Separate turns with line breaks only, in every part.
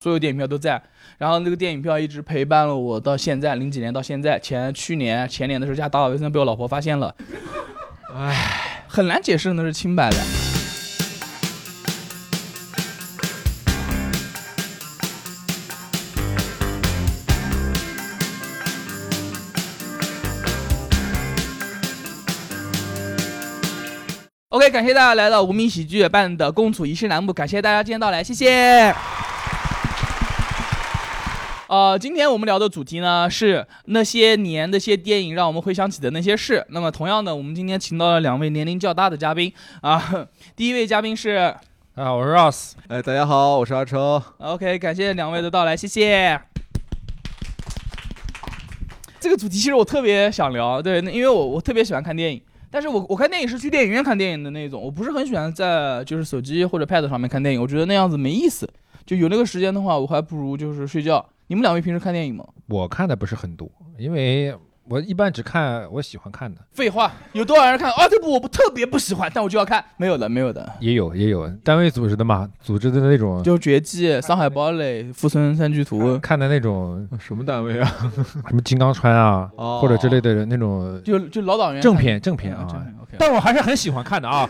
所有电影票都在。然后那个电影票一直陪伴了我到现在，零几年到现在，前去年前年的时候加达尔维森被我老婆发现了，唉，很难解释那是清白的。OK，感谢大家来到无名喜剧办的共处一室栏目，感谢大家今天到来，谢谢。呃，今天我们聊的主题呢是那些年那些电影让我们回想起的那些事。那么同样呢，我们今天请到了两位年龄较大的嘉宾啊。 第一位嘉宾是
啊，我是 Ross。
哎，大家好，我是阿超。
OK，感谢两位的到来，谢谢。这个主题其实我特别想聊，对，那因为我我特别喜欢看电影，但是我我看电影是去电影院看电影的那种，我不是很喜欢在就是手机或者 Pad 上面看电影，我觉得那样子没意思。就有那个时间的话，我还不如就是睡觉。你们两位平时看电影吗？
我看的不是很多，因为我一般只
哎
看我喜欢看的，
废话，有多少人看啊？这部我不特别不喜欢，但我就要看。没有的，没有的，
也有也有单位组织的嘛，组织的那种
就《绝技》《上海堡 垒》《富春山居图》，
看的那种
什么单位啊？
什么金刚川啊，
哦
或者之类的那种
就就老党员
正片正片
正
啊。
片 OK。
但我还是很喜欢看的 啊，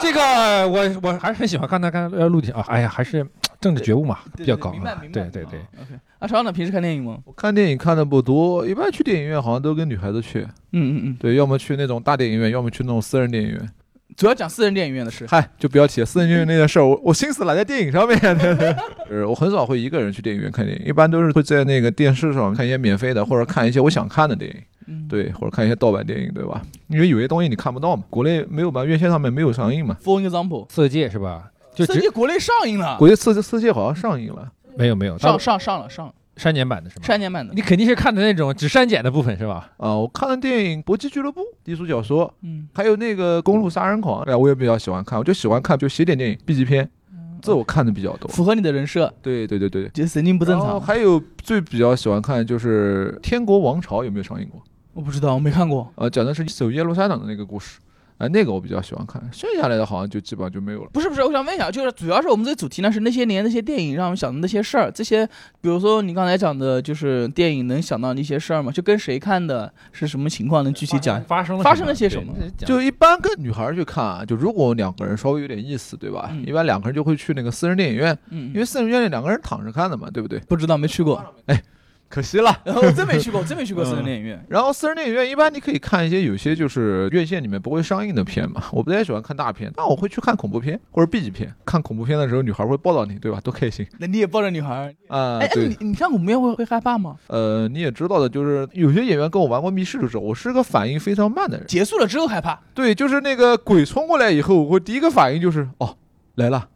这个我我还是很喜欢看的。看呃陆地啊，哎呀，还是政治觉悟嘛比较高
明白
啊
明。白。啊
对对对，
OK，阿超呢？平时看电影吗？
我看电影看的不多，一般去电影院好像都跟女孩子去，
嗯嗯
对，要么去那种大电影院，要么去那种私人电影院。
嗯，主要讲私人电影院的事。
嗨，就不要提了私人电影院那件事儿，我我心思哪在电 影上面？ 对对呃，我很少会一个人去电影院看电影，一般都是会在那个电视上看一些免费的，或者看一些我想看的电影，
嗯，。
对，或者看一些盗版电影，对吧？因为有些东西你看不到嘛，国内没有吧，院线上面没有上映嘛。
For example，
色戒是吧？就
最
只
近国内上映了，
国内四四界好像上映了，
没有没有
啊上上上了上了，
删减版的是吗？
删减版的。
你肯定是看的那种只删减的部分是吧？
啊、我看的电影《搏击俱乐部》《低俗小说》，
嗯，
还有那个《公路杀人狂》，哎，我也比较喜欢看，我就喜欢看就邪典电影、B 级片，这我看的比较多。
嗯符合你的人设，
对对对对对，
就是神经不正
然后
常。
还有最比较喜欢看就是《天国王朝》，有没有上映过？
我不知道，我没看过。
呃，讲的是守耶路撒冷的那个故事，啊、那个我比较喜欢看，剩下来的好像就基本上就没有了。
不是不是，我想问一下，就是主要是我们这个主题呢是那些年那些电影让我们想的那些事儿，这些比如说你刚才讲的，就是电影能想到的一些事儿吗？就跟谁看的，是什么情况，能具体讲？
发生了
发生了些什么？
对
就一般跟女孩儿去看啊，就如果两个人稍微有点意思，对吧？
嗯
一般两个人就会去那个私人电影院，
嗯，
因为私人电影院两个人躺着看的嘛，对不对？
不知道没去过， 哦
可惜了。
我真没去过，我真没去过私
嗯
人电影院。
然后私人电影院一般你可以看一些有些就是院线里面不会上映的片嘛，我不太喜欢看大片，但我会去看恐怖片或者 B 级片。看恐怖片的时候，女孩会抱到你，对吧？多开心
那你也抱着女孩儿？
啊、
哎，哎
对，
你你看恐怖片会会害怕吗？
呃，你也知道的，就是有些演员跟我玩过密室的时候，我是个反应非常慢的人。
结束了之后害怕，
对，就是那个鬼冲过来以后，我会第一个反应就是哦来 了，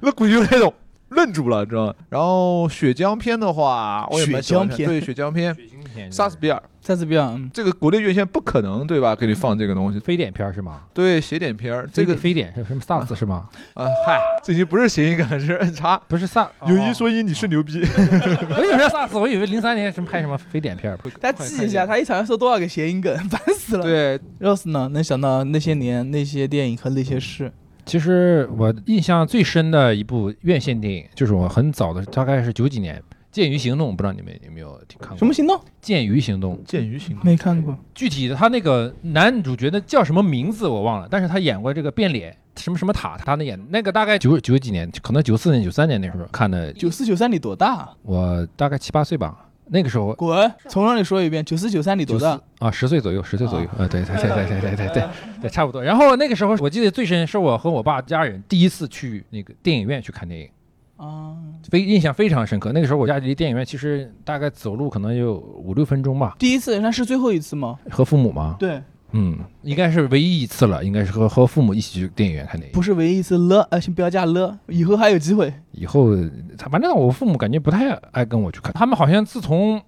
那鬼就那种愣住了，知道吗？然后血浆片的
啊
话，我也蛮喜欢看
血浆片
对血浆片，
对
莎士比亚
再次比较，嗯
这个国内院线不可能对吧？给你放这个东西。
非典片儿是吗？
对，写点片儿，这个
非典是什么 SARS 是吗？
啊，嗨，这已经不是谐音梗了，这是 N 叉。
不是 SARS，
有一，说一，你是牛逼。
哦 我以为是 SARS，我以为零三年什么拍什么非典片儿。
大家记一下，他一场要说多少个谐音梗， 烦死了。
对，
Rose 呢，能想到那些年那些电影和那些
嗯
事，
其实我印象最深的一部院线电影，就是我很早的，大概是九几年，《剑鱼行动》，不知道你们有没有听看过？
什么行动？
《剑鱼行动》？
剑鱼行
没看过。
具体的他那个男主角的叫什么名字我忘了，但是他演过这个变脸什么什么塔，他那演那个大概九九几年，可能九四年、九三年那时候看的，
哦九四九三你多大？
我大概七八岁吧，那个时候
滚！重让你说一遍，九四九三你多大？
啊，十岁左右，十岁左右，啊，对对对对对对对 对，差不多。然后那个时候我记得最深是我和我爸家人第一次去那个电影院去看电影，
啊，
非印象非常深刻。那个时候我家离电影院其实大概走路可能有五六分钟吧，
第一次那是最后一次 吗？
和父母嘛，
对，
嗯，应该是唯一一次了，应该是和和父母一起去电影院看电影
不。是唯一一次了，呃，先不要加了，以后还有机会。
以后他反正我父母感觉不太爱跟我去看，他们好像自从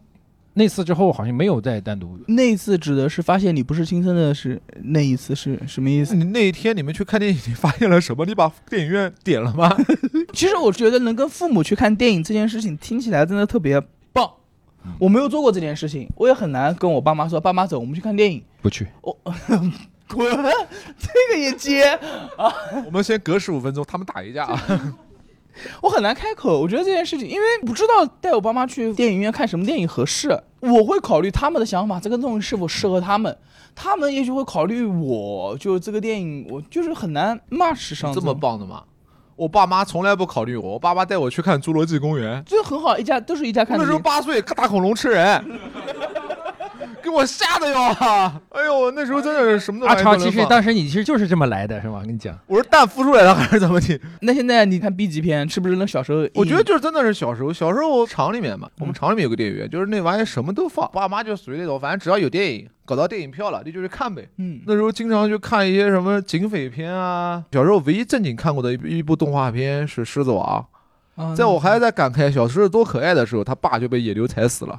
那次之后好像没有再单独。
那一次指的是发现你不是亲生的，是那一次是什么意思？
你那一天你们去看电影，你发现了什么？你把电影院点了吗？
其实我觉得能跟父母去看电影这件事情，听起来真的特别棒。我没有做过这件事情，我也很难跟我爸妈说，爸妈走，我们去看电影。
不去，
滚！ 这个也接。
我们先隔十五分钟，他们打一架啊。
我很难开口。我觉得这件事情，因为不知道带我爸妈去电影院看什么电影合适，我会考虑他们的想法，这个东西是否适合他们。他们也许会考虑我，就这个电影，我就是很难 match 上
这么棒的吗？我爸妈从来不考虑我，我爸妈带我去看《侏罗纪公园》，
这很好，一家都是一家看
那
的
时候
电影。
八岁，大恐龙吃人， 给我吓
啊
的呀！哎呦，那时候真的是什么都
阿
玩意儿都
超，
能
其实
放
当时你其实就是这么来的，是吗？我跟你讲，
我说蛋孵出来的还是怎么的？
那现在你看 B 级片，是不是跟小时候？嗯
我觉得就是真的是小时候，小时候厂里面嘛，我们厂里面有个电影院，就是那玩意儿什么都放，爸妈就属于那
哦
种，反正只要有电影，搞到电影票了，你就去看呗。
嗯，
那时候经常去看一些什么警匪片啊，小时候唯一正经看过的一部一部动画片是《狮子王》。
嗯
在我还在感慨小狮子多可爱的时候，他爸就被野牛踩死 了。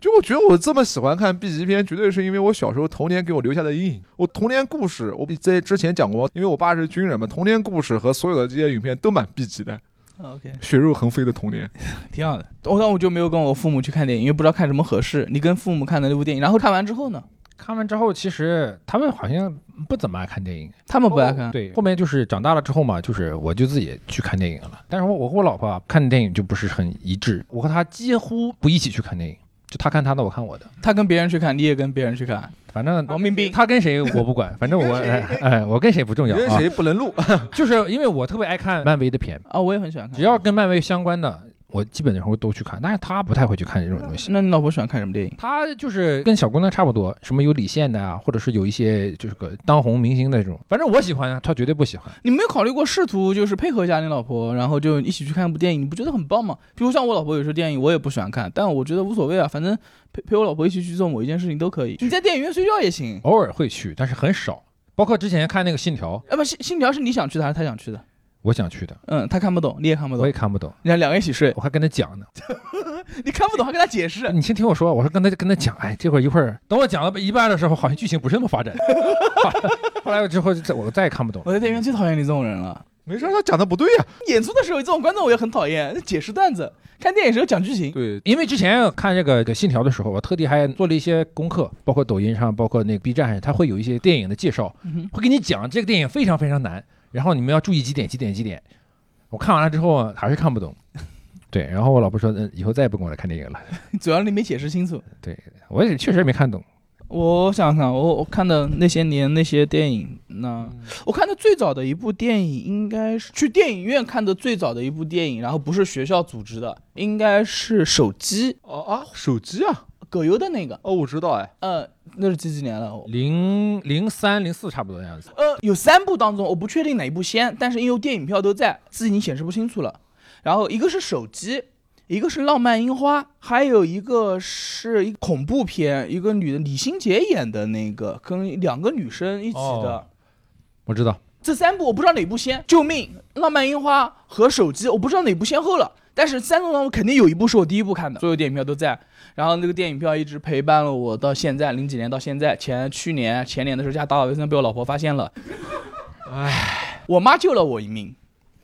就我觉得我这么喜欢看 B 级片，绝对是因为我小时候童年给我留下的阴影。我童年故事，我在之前讲过，因为我爸是军人嘛，童年故事和所有的这些影片都蛮 B 级的，
OK
血肉横飞的童年。
挺好的。我但我就没有跟我父母去看电影，因为不知道看什么合适。你跟父母看的那部电影，然后看完之后呢，
看完之后，其实他们好像不怎么爱看电影，
他们不爱看。
哦对，后面就是长大了之后嘛，就是我就自己去看电影了。但是我我和我老婆啊看电影就不是很一致，我和她几乎不一起去看电影，就她看她的，我看我的，
他跟别人去看，你也跟别人去看。
反正
王冰冰，
她跟谁我不管，反正我哎哎我跟谁不重要
跟
啊，
谁不能录？
就是因为我特别爱看漫威的片，
啊，我也很喜欢看。
只要跟漫威相关的，我基本上会都去看，但是她不太会去看这种东西。
那你老婆喜欢看什么电影？
他就是跟小姑娘差不多，什么有李现的啊，或者是有一些就是个当红明星的这种，反正我喜欢啊，他绝对不喜欢。
你没有考虑过试图就是配合一下你老婆，然后就一起去看部电影，你不觉得很棒吗？比如像我老婆有时候电影我也不喜欢看，但我觉得无所谓啊，反正陪陪我老婆一起去做某一件事情都可以。你在电影院睡觉也行。
偶尔会去，但是很少。包括之前看那个《信条》，
啊不，信信条是你想去的还是他想去的？
我想去的，
嗯，他看不懂，你也看不
我
懂，
也看不懂，
你俩 两个一起睡，
我还跟他讲呢。
你看不懂还跟他解释，
你先听我说，我说跟他跟他讲，哎，这会儿一会儿，等我讲到一半的时候，好像剧情不是那么发展。 后来之后就再我再也看不懂了。
我在电影院最讨厌你这种人了。
没事儿，他讲的不对
啊
呀、
演出的时候有这种观众我也很讨厌，解释段子；看电影时候讲剧情。
对，
因为之前看这个《信条》的时候，我特地还做了一些功课，包括抖音上，包括那个 B 站上，它会有一些电影的介绍，
嗯哼
会给你讲这个电影非常非常难，然后你们要注意几点几点几点。我看完了之后啊还是看不懂，对，然后我老婆说，嗯，以后再也不跟我来看电影了。
主要是你没解释清楚。
我也确实没看懂，
我想想看，我我看的那些年那些电影，那
嗯
我看的最早的一部电影应该是去电影院看的最早的一部电影，然后不是学校组织的，应该是手机
哦啊，手机啊，
葛优的那个，
哦，我知道，哎，
呃，那是几几年了？
零零三零四差不多的样子。
呃，有三部当中，我不确定哪一部先，但是因为电影票都在，字已经显示不清楚了。然后一个是手机，一个是浪漫樱花，还有一个是一个恐怖片，一个女的李心洁演的那个，跟两个女生一起的。
哦我知道，
这三部我不知道哪部先，救命、浪漫樱花和手机，我不知道哪部先后了。但是三种当中肯定有一部是我第一部看的，所有电影票都在。然后那个电影票一直陪伴了我到现在，零几年到现在，前去年前年的时候加打扫卫生被我老婆发现了，唉，我妈救了我一命。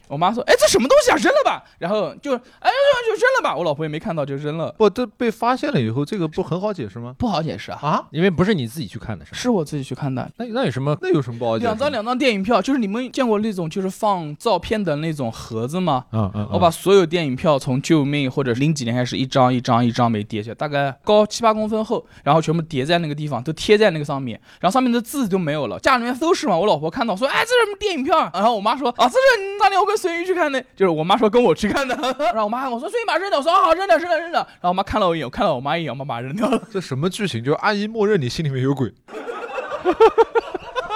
我妈说：“哎，这什么东西啊，扔了吧。”然后就哎就扔了吧，我老婆也没看到就扔了，
不，这被发现了以后，这个不很好解释吗？
不好解释啊，
啊，
因为不是你自己去看的，是吧？
是我自己去看的，
那那有什么？
那有什么不好解释？
两张两张电影票，就是你们见过那种就是放照片的那种盒子吗？
嗯嗯，
我把所有电影票从《救命》或者零几年开始，一张一张一张没叠起来，大概高七八公分厚，然后全部叠在那个地方，都贴在那个上面，然后上面的字都没有了。家里面收拾嘛，我老婆看到说：“哎，这是什么电影票啊？”然后我妈说：“啊，这是当年我跟孙瑜去看的，就是我妈说跟我去看的。” 然后我妈喊我说：“孙瑜把它扔掉。”我说：“啊，好扔掉，扔掉，扔掉。”然后我妈看了我一眼，我看了我妈一眼，我妈把它扔掉了。
这什么剧情？就是阿姨默认你心里面 有鬼，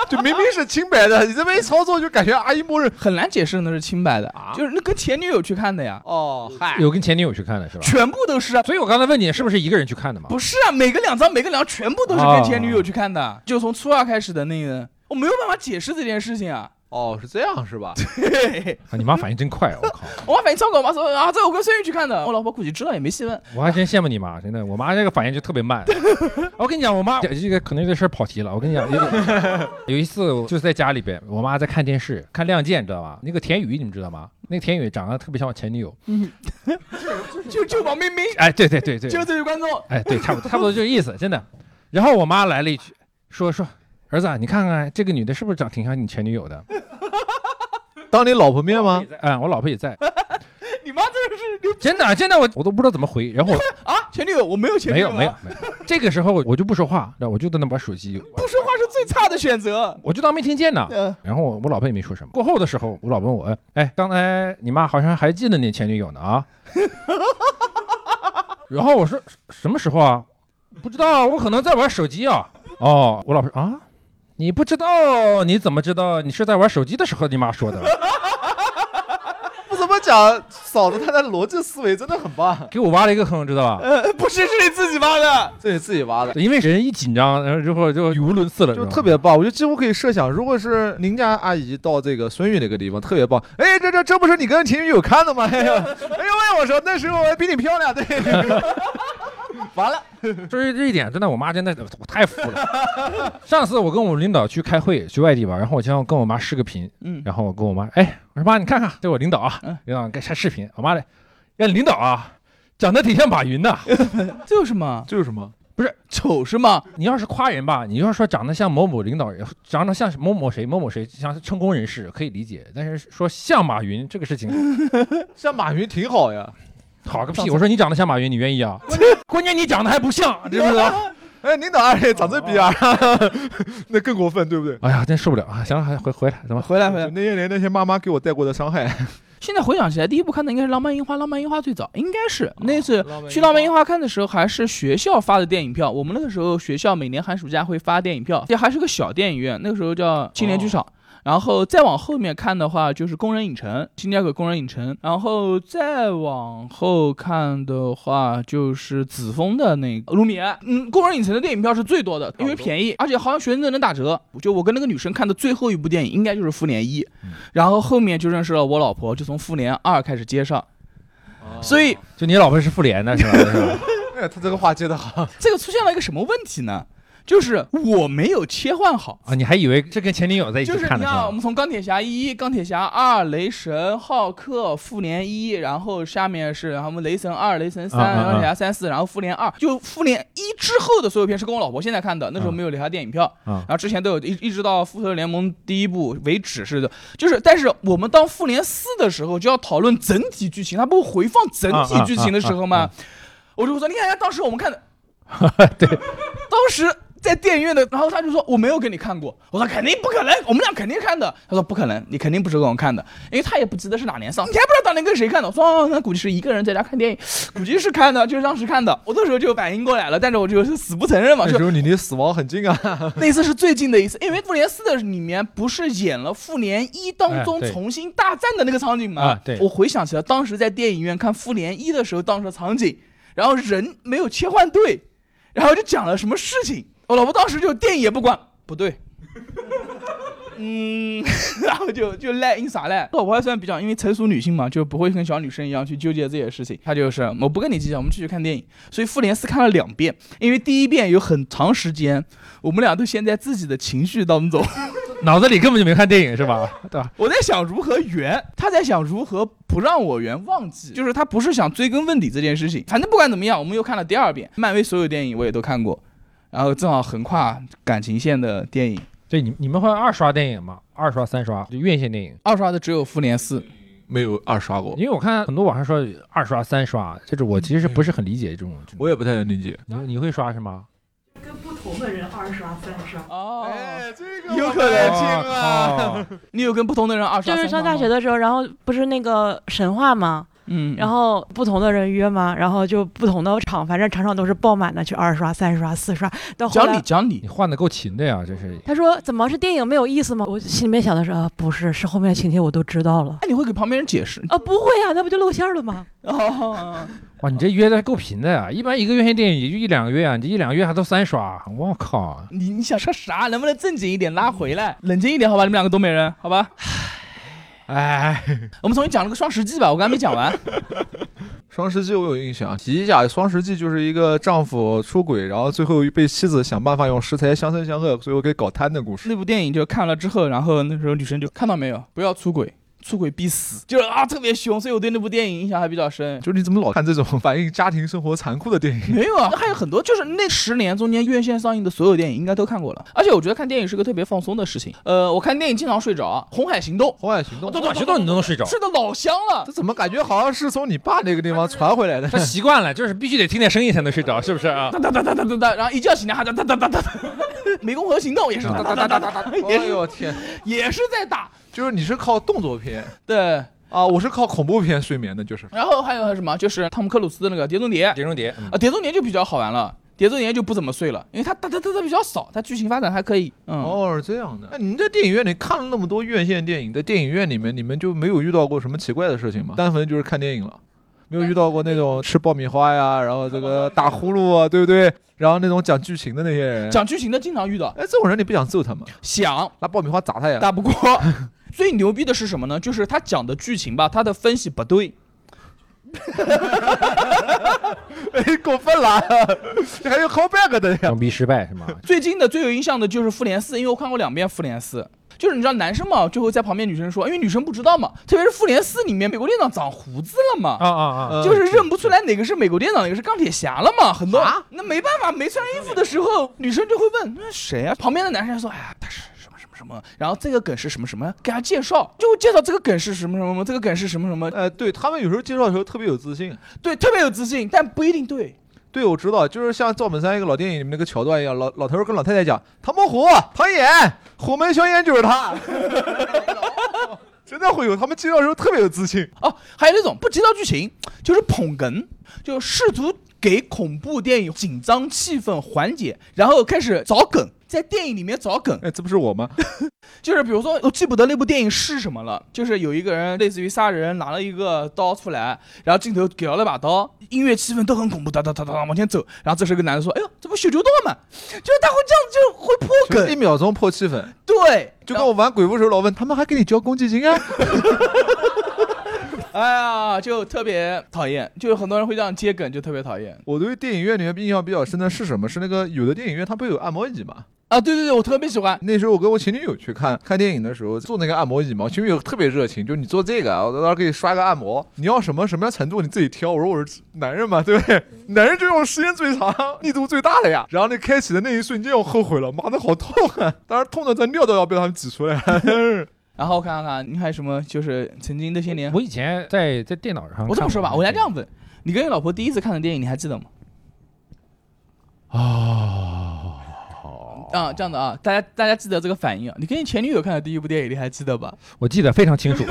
就明明是清白的， 你这么一操作就感觉阿姨默认。
很难解释那是清白的，
啊
就是那跟前女友去看的呀，
哦，嗨
有跟前女友去看的是吧？
全部都是啊。
所以我刚才问你是不是一个人去看的嘛？
不是啊，每个两张，每个两张全部都是跟前女友去看的，就从初二开始的那个，我没有办法解释这件事情啊。
哦，是这样是吧？
啊你妈反应真快，我靠！
我妈反应超快，我妈说啊，这我跟孙玉去看的。我老婆估计知道也没细问。
我还真羡慕你妈，真的，我妈这个反应就特别慢。我跟你讲，我妈这个可能有点事儿跑题了。我跟你讲，有有一次我就是在家里边，我妈在看电视，看《亮剑》，你知道吧？那个田雨你们知道吗？那个田雨长得特别像我前女友。
就就王冰冰，
哎，对对对对，
就这位观众，
哎，对，差不多差不多就意思，真的。然后我妈来了一句，说说儿子啊，你看看这个女的是不是长挺像你前女友的？
当你老婆面吗？
嗯，我老婆也在，
你妈这是牛
真的真的我我都不知道怎么回，然后我
啊，前女友，我没有前女
没
友
有
啊，
没有没有，这个时候我就不说话，然后我就在那玩手机，
不说话是最差的选择。
我就当没听见呢。
呃，
然后我我老婆也没说什么。过后的时候，我老婆问我，哎，刚才你妈好像还记得你前女友呢啊？ 然后我说什什么时候啊？不知道，我可能在玩手机啊。哦，我老婆说啊，你不知道，你怎么知道？你是在玩手机的时候你妈说的。
不怎么讲，嫂子她的逻辑思维真的很 棒，
给我挖了一个坑，知道吧？
呃，不是，是你自己挖的。
这是自己挖的。
因为人一紧张，然后之后就语无伦次了，
就是
吧
特别棒，我就几乎可以设想，如果是您家阿姨到这个孙宇那个地方，特别棒。哎，这这这不是你跟前女友看的吗？哎呦，哎呦喂，我说那时候我还比你 漂亮，对。完了，
就是这一点，真的，我妈真的我太服了。 上次我跟我们领导去开会，去外地玩，然后我经常跟我妈视个频，
嗯，
然后我跟我妈，哎，我说妈，你看看，这我领导啊
嗯，
领导你看啥视频？我妈嘞，呀，领导啊，长得挺像马云的。
这有什么
这有什么？
丑是吗？
你要是夸人吧，你要说长得像某某领导，长得像某某谁某某谁，像成功人士可以理解，但是说像马云这个事情，
像马云挺好呀。
好个屁！我说你长得像马云，你愿意啊？关键你长得还不 像，知不知道？
哎，领导阿姨长这逼样，啊 那更过分，对不对？
哎呀，真受不了啊！行了，还回回来，怎么？
回来回
就
来。
那些年那些妈妈给我带过的伤害，
现在回想起来，第一部看的应该是《浪漫樱花》，《浪漫樱花》最早应该是那次
哦浪漫樱花
去《浪漫樱花》看的时候，还是学校发的电影票。我们那个时候学校每年寒暑假会发电影票，这还是个小电影院，那个时候叫青年剧场。然后再往后面看的话，就是工人影城，新街口工人影城。然后再往后看的话，就是紫峰的那个卢米埃。嗯，工人影城的电影票是最多的，因为便宜，而且好像学生证能打折。就我跟那个女生看的最后一部电影，应该就是《复联一》，
嗯
然后后面就认识了我老婆，就从《复联二》开始接上。所以
就你老婆是妇联的是 吧？是吧
哦哎，他这个话接的好。
这个出现了一个什么问题呢？就是我没有切换好。
啊，你还以为这跟前女友在一起
就是
看
你
的是
看，我
吧？
们从钢铁侠一、钢铁侠二、雷神、浩克、复联一，然后下面是啊然后我们雷神二、雷神三、
啊啊啊
钢铁侠三四，然后复联二，就复联一之后的所有片是跟我老婆现在看的，那时候
啊
没有留下电影票，
啊
然后之前都有一一直到复仇者联盟第一部为止是的，就是但是我们当复联四的时候就要讨论整体剧情，他不会回放整体剧情的时候
啊啊
吗
啊？
我就会说，你看一下当时我 们看的，对， 当时。在电影院的，然后他就说我没有给你看过，我说肯定不可能，我们俩肯定看的。他说不可能，你肯定不是跟我看的，因为他也不记得是哪年上，你还不知道当年跟谁看的。我说哦，那估计是一个人在家看电影，估计是看的，就是当时看的。我那时候就反应过来了，但是我就是死不承认嘛，
那
就
时候你离死亡很近啊。
那 一次是最近的一次，因为复联四的里面不是演了复联一当
哎
中
对
重新大战的那个场景吗？
啊对
我回想起了当时在电影院看复联一的时候当时的场景，然后人没有切换对，然后就讲了什么事情，我老婆当时就电影也不管，不对。嗯， 然后就就赖因啥赖？老婆还算比较，因为成熟女性嘛，就不会跟小女生一样去纠结这些事情。她就是我不跟你计较，我们继续看电影。所以《复联四》看了两遍，因为第一遍有很长时间，我们俩都陷在自己的情绪当中。
脑子里根本就没看电影是吧？ 对吧？
我在想如何圆，他在想如何不让我圆忘记，就是他不是想追根问底这件事情。反正不管怎么样，我们又看了第二遍，漫威所有电影我也都看过，然后正好横跨感情线的电影，
对，你你们会二刷电影吗？二刷、三刷就院线电影，
二刷的只有《复联四》。
没有二刷过，
因为我看很多网上说二刷、三刷，这种我其实不是很理解这种。这种
我也不太能理解。
你你会刷是吗？
跟不同的人二刷三刷。
哦，
这
个有可能
我靠！
你有跟不同的人二刷？
就是上大学
的，
的时候，然后不是那个神话嘛，
嗯，
然后不同的人约嘛，然后就不同的场，反正场场都是爆满的，去二刷、三刷、四刷，到后
讲理
来。
讲理
你，换的够勤的呀，这是。
他说：“怎么是电影没有意思吗？”我心里面想的是，啊，不是，是后面的情节我都知道了。
哎那你会给旁边人解释？
啊，不会啊，那不就露馅儿了吗？
哦，
哇，你这约的够频的呀！一般一个院线电影也就一两个月啊，你这一两个月还都三刷，啊我 靠！
你你想说啥？能不能正经一点，拉回来，
嗯
冷静一点，好吧？你们两个东北人，好吧？
哎，
我们重新讲了个双十记吧，我刚才没讲完。
双十记我有印象，提一下，双十记就是一个丈夫出轨，然后最后被妻子想办法用食材相生相克，最后给搞瘫的故事。
那部电影就看了之后，然后那时候女生就看到没有，不要出轨，出轨必死，就是啊特别凶，所以我对那部电影印象还比较深。
就你怎么老看这种反映家庭生活残酷的电影？
没有啊，还有很多，就是那十年中间院线上映的所有电影应该都看过了。而且我觉得看电影是个特别放松的事情。呃，我看电影经常睡着，啊，《红海行动
《红海行动》》
我知道你都能睡着，
睡得老香了
这。怎么感觉好像是从你爸那个地方传回来的？
他习惯了，就是必须得听点声音才能睡着，是不是啊？
哒哒哒哒哒哒哒，然后一觉醒来还在哒哒哒哒哒，湄公河行动也是哒哒哒哒哒哒，也
哎
是
呦天，
也是在打。
就是你是靠动作片
对，
啊，我是靠恐怖片睡眠的，就是
然后还有什么，就是汤姆克鲁斯的那个《碟中谍》
碟中谍，嗯
啊，《碟中谍》就比较好玩了，《碟中谍》就不怎么睡了，因为它哒哒哒哒比较少，它剧情发展还可以。嗯，
哦，是这样的。那您在电影院里看了那么多院线电影，在电影院里面，你们就没有遇到过什么奇怪的事情吗？单纯就是看电影了，没有遇到过那种吃爆米花 呀，然后这个打呼噜啊，对不对？然后那种讲剧情的那些人，
讲剧情的经常遇到，
哎，这种人你不想揍他吗？
想
拿爆米花砸他呀？
打不过。最牛逼的是什么呢？就是他讲的剧情吧，他的分析不对。
哎，过分了，你还有 callback 的呀？
装逼失败是吗？
最近的最有印象的就是《复联四》，因为我看过两遍《复联四》。就是你知道男生嘛，就会在旁边女生说，因为女生不知道嘛，特别是《复联四》里面美国队长长胡子了嘛，
啊啊
嗯
啊！
就是认不出来哪个是美国队长，哪个是钢铁侠了嘛。很多那没办法，没穿衣服的时候，女生就会问那谁啊？旁边的男生说，哎呀，他是什么什么什么，然后这个梗是什么什么，给他介绍，就会介绍这个梗是什么什么什么，这个梗是什么什么，
呃，对他们有时候介绍的时候特别有自信。
对，特别有自信，但不一定对。
对，我知道，就是像赵本山一个老电影里面那个桥段一样，老老头儿跟老太太讲唐伯虎、唐寅、虎门销烟就是他，真的会有，他们介绍的时候特别有自信。
哦，还有那种不知道剧情，就是捧哏，就试图给恐怖电影紧张气氛缓解，然后开始找梗，在电影里面找梗。
哎，这不是我吗？
就是比如说，我记不得那部电影是什么了，就是有一个人类似于杀人，拿了一个刀出来，然后镜头给了那把刀，音乐气氛都很恐怖，哒哒哒哒哒往前走，然后这时候一个男的说：“哎呦，这不小九道吗？”就是他会这样，就会破
就一
梗，
秒钟破气氛，
对，
就跟我玩鬼屋时候老问他们还给你交公积金啊，
哎呀，就特别讨厌，就是很多人会这样接梗，就特别讨厌。
我对电影院里面印象比较深的是什么？是那个有的电影院它不是有按摩椅吗？
啊，对对对，我特别喜欢，
那时候我跟我前女友去看看电影的时候，坐那个按摩椅嘛，我前女友特别热情，就你坐这个，我到时候给你刷个按摩，你要什么什么样程度你自己挑。我说我是男人嘛，对 不对？男人就用时间最长、力度最大的呀。然后那开启的那一瞬间，我后悔了，妈的好痛啊！当时痛的这尿都要被他们挤出来了。
然后看看看，你还有什么就是曾经这些年，
我以前在在电脑上看过，
我这么说吧，我来这样问，你跟你老婆第一次看的电影你还记得吗？哦，啊，这样的啊，大家大家记得这个反应啊，你跟你前女友看的第一部电影你还记得吧？
我记得非常 清楚。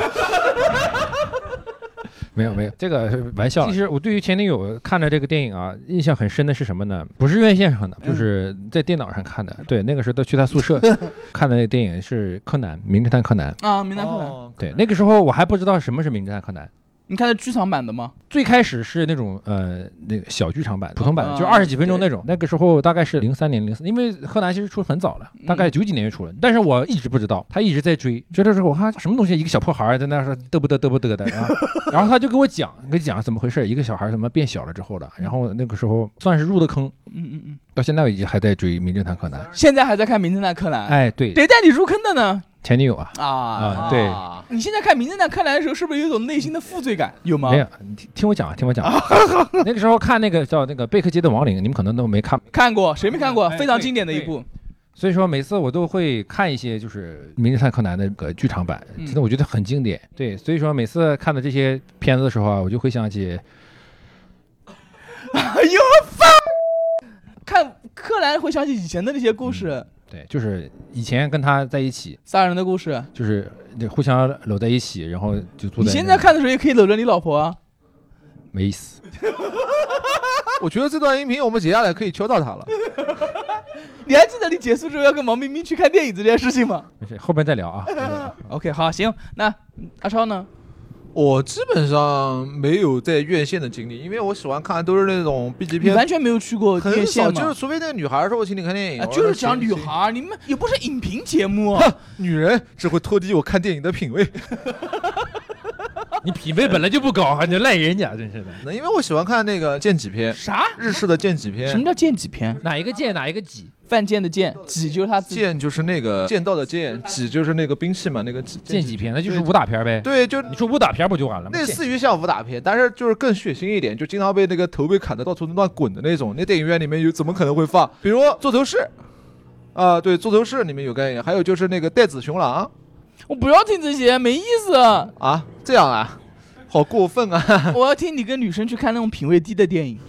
没有没 有，这个是玩笑。其实我对于前女友看的这个电影啊，印象很深的是什么呢？不是院线上的，就是在电脑上看的。对，那个时候都去她宿舍看的那个电影是《柯南》，《名侦探柯南》。
啊，名侦探柯南，
哦
对，那个时候我还不知道什么是《名侦探柯南》。
你看的剧场版的吗？
最开始是那种呃那个小剧场版、普通版的，
啊
就二十几分钟那种。那个时候大概是零三年、零四，因为柯南其实出得很早了，大概九几年就出了。但是我一直不知道，他一直在追。追的时候我看什么东西，一个小破孩儿在那说嘚不嘚嘚不嘚的，然后然后他就跟我讲，跟我讲怎么回事，一个小孩儿怎么变小了之后的。然后那个时候算是入了坑，
嗯嗯嗯，
到现在我已经还在追《名侦探柯南》。
现在还在看名侦探柯南，
哎，对，
谁带你入坑的呢？
前女友啊，
啊
啊对
啊你现在看名侦探柯南的时候，是不是有一种内心的负罪感？有吗
没？有，你听听我讲啊，听我讲 啊。那个时候看那个叫那个贝克街的亡灵，你们可能都没看
看过，谁没看过？
哎
啊非常
对
经典的一
对
部。
所以说每次我都会看一些就是《名侦探柯南》的那个剧场版，
嗯
真的我觉得很经典。对，所以说每次看到这些片子的时候啊，我就会想起，
哎呦，fuck！看柯南会想起以前的那些故
嗯
事，
对，就是以前跟他在一起，
杀人的故事。
就是互相搂在一起，然后就坐
你
在
现
那
在看的时候也可以搂着你老婆啊。
没意思。
我觉得这段音频我们截下来可以敲到他 了。
你还记得你结束之后要跟王冰冰去看电影这件事情吗
没事，后边再聊啊。
？OK，好，行， 那嗯阿超呢？
我基本上没有在院线的经历，因为我喜欢看都是那种 B 级
你
片，
完全没有去过
很
电
少，
线
就是
吗？
除非那个女孩说我请你看电影，
啊，
我
就
说
是讲
行
女
行
孩儿，你们也不是影评节目啊，
女人只会拖低我看电影的品味。
你品味本来就不高，还能赖人家，真是的。
那因为我喜欢看那个剑戟片，
啥？
日式的剑戟
什么
片，
叫剑戟片？
哪一个剑哪一个戟？
犯贱的贱，戟就是他自己。
剑就是那个剑呃道的剑，戟就是那个兵器嘛，那个戟
剑戟片，那就是武打片呗。
对，就
你说武打片不就完了吗？
类
剑
似于像武打片，但是就是更血腥一点，就经常被那个头被砍的到处乱滚的那种。那电影院里面有怎么可能会放？比如座头市，啊、对，座头市里面有概念，还有就是那个带子雄狼
我不要听这些，没意思。
啊，这样啊，好过分啊！
我要听你跟女生去看那种品味低的电影。